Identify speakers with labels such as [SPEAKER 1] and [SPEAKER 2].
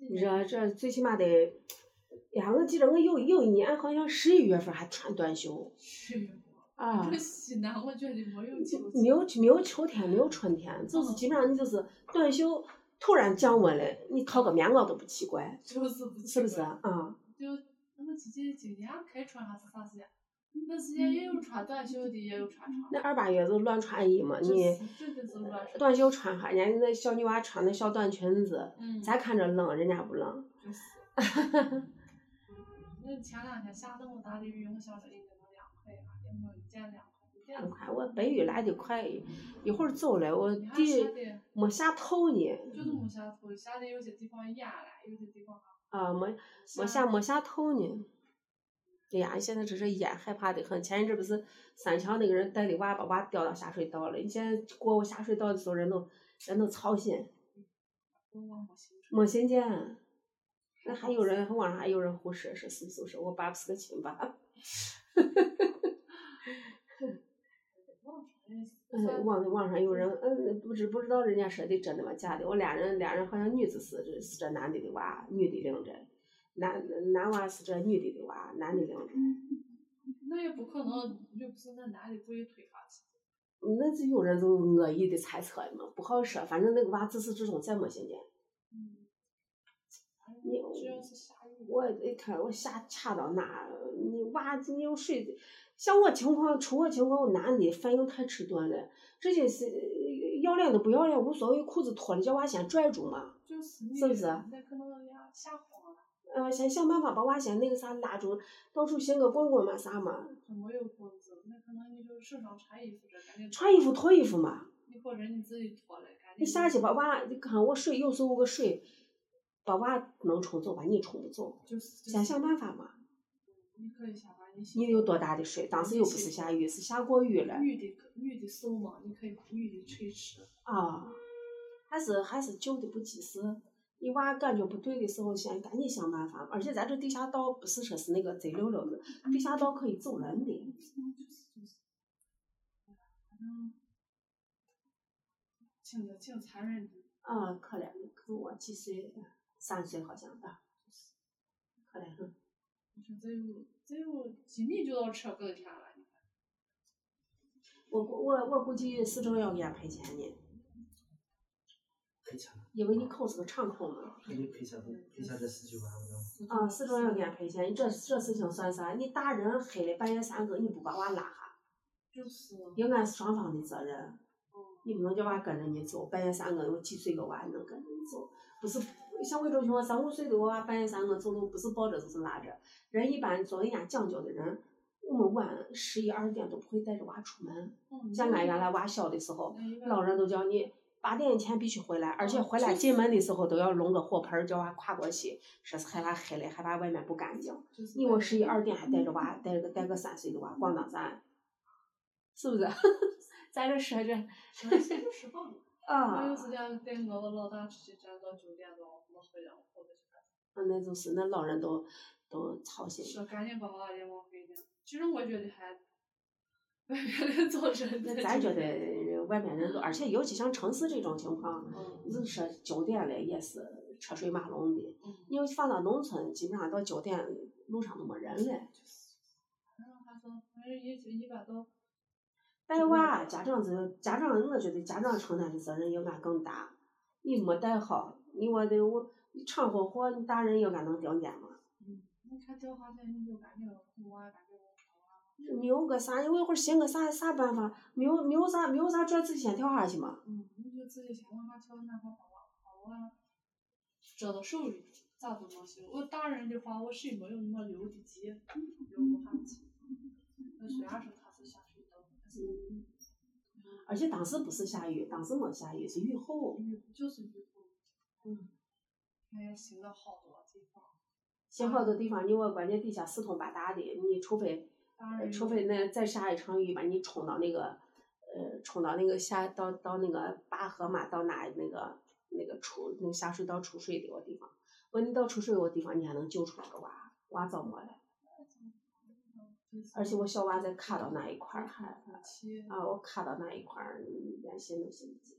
[SPEAKER 1] 嗯
[SPEAKER 2] 热这最起码得，呀，我记着我有有一年好像十一月份还穿短袖
[SPEAKER 1] 去
[SPEAKER 2] 啊
[SPEAKER 1] 这个，西南我觉得没有秋
[SPEAKER 2] 没有没有秋天，没有春天，就是基本上你就是短袖，突然降温了，你套个棉袄都不奇怪，
[SPEAKER 1] 就是不
[SPEAKER 2] 是不
[SPEAKER 1] 奇
[SPEAKER 2] 是
[SPEAKER 1] 怪
[SPEAKER 2] 啊？啊
[SPEAKER 1] 就我记得今年开春还是啥时间，那时间也
[SPEAKER 2] 嗯
[SPEAKER 1] 有穿短袖的，也有穿长
[SPEAKER 2] 那
[SPEAKER 1] 的。
[SPEAKER 2] 二八月就乱穿衣嘛，
[SPEAKER 1] 这
[SPEAKER 2] 嗯你呃
[SPEAKER 1] 是真的是乱说。
[SPEAKER 2] 短袖穿哈，人家那小女娃穿那小短裙子，
[SPEAKER 1] 嗯，
[SPEAKER 2] 咱看着冷，人家不冷。
[SPEAKER 1] 就是。那前两天下那么大的雨，我晓得应该能凉快啊，也没有一件凉快，一件
[SPEAKER 2] 很快，我白雨来得快，一会儿走了，我
[SPEAKER 1] 你看下
[SPEAKER 2] 地
[SPEAKER 1] 的
[SPEAKER 2] 没下透呢，
[SPEAKER 1] 就是没下头，下的有些地方淹了，有些地方
[SPEAKER 2] 啊，没没下没下透呢。哎呀，现在真是淹，害怕的很。前一阵不是三桥那个人带的娃把娃掉到下水道了，你现在过我下水道的时候，人都人都操心，
[SPEAKER 1] 都往没形成。
[SPEAKER 2] 没新鲜。那还有人网上还有人胡说，说是不是说我爸不是个亲爸？
[SPEAKER 1] 忘了哎
[SPEAKER 2] 嗯，
[SPEAKER 1] 算
[SPEAKER 2] 网网上有人，嗯，不知不知道人家说的真的吗假的。我俩人俩人好像女子是这是这男的的娃，女的领着，男男娃是这女的的娃，男的领着，
[SPEAKER 1] 那也不可能，又不是那男的故意推下去的。
[SPEAKER 2] 那就有人就恶意的猜测嘛，不好说。反正那个娃自始至终再没信见。
[SPEAKER 1] 嗯，哎呀
[SPEAKER 2] 你
[SPEAKER 1] 只要是下雨，
[SPEAKER 2] 我一看我下掐到哪，你娃你要睡，像我情况，出我情况，我男的反应太迟钝了，直接是要脸都不要脸，无所谓，裤子脱了叫娃先拽住嘛。
[SPEAKER 1] 就是你，
[SPEAKER 2] 是不是啊
[SPEAKER 1] 那可能呀吓慌了，
[SPEAKER 2] 呃，先想办法把娃先那个啥拉住，到处寻个棍棍嘛啥嘛，
[SPEAKER 1] 就没有工资，那可能你就手上穿衣服着，赶紧
[SPEAKER 2] 穿衣服脱衣服嘛。
[SPEAKER 1] 你或者你自己脱了，赶紧
[SPEAKER 2] 你下去把娃，你看我水有时候我水，把娃能冲走吧，你冲不走，
[SPEAKER 1] 就是
[SPEAKER 2] 先想办法嘛。
[SPEAKER 1] 你可以想把你喜
[SPEAKER 2] 你
[SPEAKER 1] 欢
[SPEAKER 2] 有多大的水？当时又不是下雨，是下过雨了
[SPEAKER 1] 女的可女的瘦嘛，你可以把女的吹吃。
[SPEAKER 2] 啊。还是还是救的不及时，你娃感觉不对的时候，先赶紧想办法。而且咱这地下道不是说是那个贼溜溜的，地下道可以走人的。
[SPEAKER 1] 嗯就是就是，哎反正挺的挺残忍的，
[SPEAKER 2] 啊，可怜的，可我几岁，三岁好像吧，可怜很。
[SPEAKER 1] 你说这有这有今年就到车更天了，你看
[SPEAKER 2] 我估我我估计市政要给俺赔钱呢，
[SPEAKER 3] 赔钱了，
[SPEAKER 2] 因为你口是个敞口嘛。
[SPEAKER 3] 那就赔钱不赔钱这十九万不要。
[SPEAKER 2] 啊，市政要给俺赔钱，这这事情算啥？你大人黑了半夜三更，你不把娃拉下，
[SPEAKER 1] 就是
[SPEAKER 2] 应该是双方的责任。
[SPEAKER 1] 嗯
[SPEAKER 2] 你不能叫娃跟着你走，半夜三更有几岁个娃能跟着你走？不是像魏州情况，三五岁的娃半夜三更走路不是抱着就是拉着。人一般作为人家讲究的人，我们晚十一二点都不会带着娃出门。
[SPEAKER 1] 嗯
[SPEAKER 2] 像俺原来娃小的时候，老人都叫你八点以前必须回来，而且回来进门的时候都要弄个火盆儿，叫娃跨过去，说是害怕黑了，害怕外面不干净。你我十一二点还带着娃，带个带个三岁的娃逛荡咱，是不是？ 在这说着
[SPEAKER 1] 吃饭。我
[SPEAKER 2] 啊
[SPEAKER 1] 有，时间带我的老大出去站到九点钟，没回来，我回不去干啥
[SPEAKER 2] 那就是那老人都都操心。
[SPEAKER 1] 说赶紧把娃也往回领。其实我觉得还， 我觉得早晨
[SPEAKER 2] 那咱觉得外面人多，而且尤其像城市这种情况，
[SPEAKER 1] 嗯，
[SPEAKER 2] 你说九点了也是车水马龙的。
[SPEAKER 1] 嗯
[SPEAKER 2] 你要放到农村，基本上到九点路上都没人了。
[SPEAKER 1] 然后他说，反正也就一般都
[SPEAKER 2] 带娃，家长责家长，我觉得家长承担的责任应该更大。你没带好，你我得我你闯祸祸，你大人应该能顶见嘛？
[SPEAKER 1] 嗯，你看电话线你就赶紧哄娃，赶紧啊哄娃。
[SPEAKER 2] 没有个啥，我一会儿寻个啥啥办法，没有没有啥没有啥拽自己先跳下去嘛。
[SPEAKER 1] 嗯，你就自己想办法挑，哪怕把娃把娃折到手里，咋都能行。我大人的话，我谁没有那么留的急，留不下去。那虽然说他是下水道，但是
[SPEAKER 2] 而且当时不是下雨，当时没下雨，是雨后。
[SPEAKER 1] 雨就是雨后。
[SPEAKER 2] 嗯，
[SPEAKER 1] 哎呀，行了好多地方，
[SPEAKER 2] 像好多地方，你我关键底下四通八达的，你除非
[SPEAKER 1] 当然有
[SPEAKER 2] 哎除非那再下一场雨，把你冲到那个，呃，冲到那个下到到那个拔河嘛，到哪那个那个出那个下水道出水的个地方，问你到出水个地方，你还能救出来个娃，娃早没了。而且我小娃在卡到那一块儿还，
[SPEAKER 1] 很气
[SPEAKER 2] 啊，我卡到那一块儿，连心都心不进。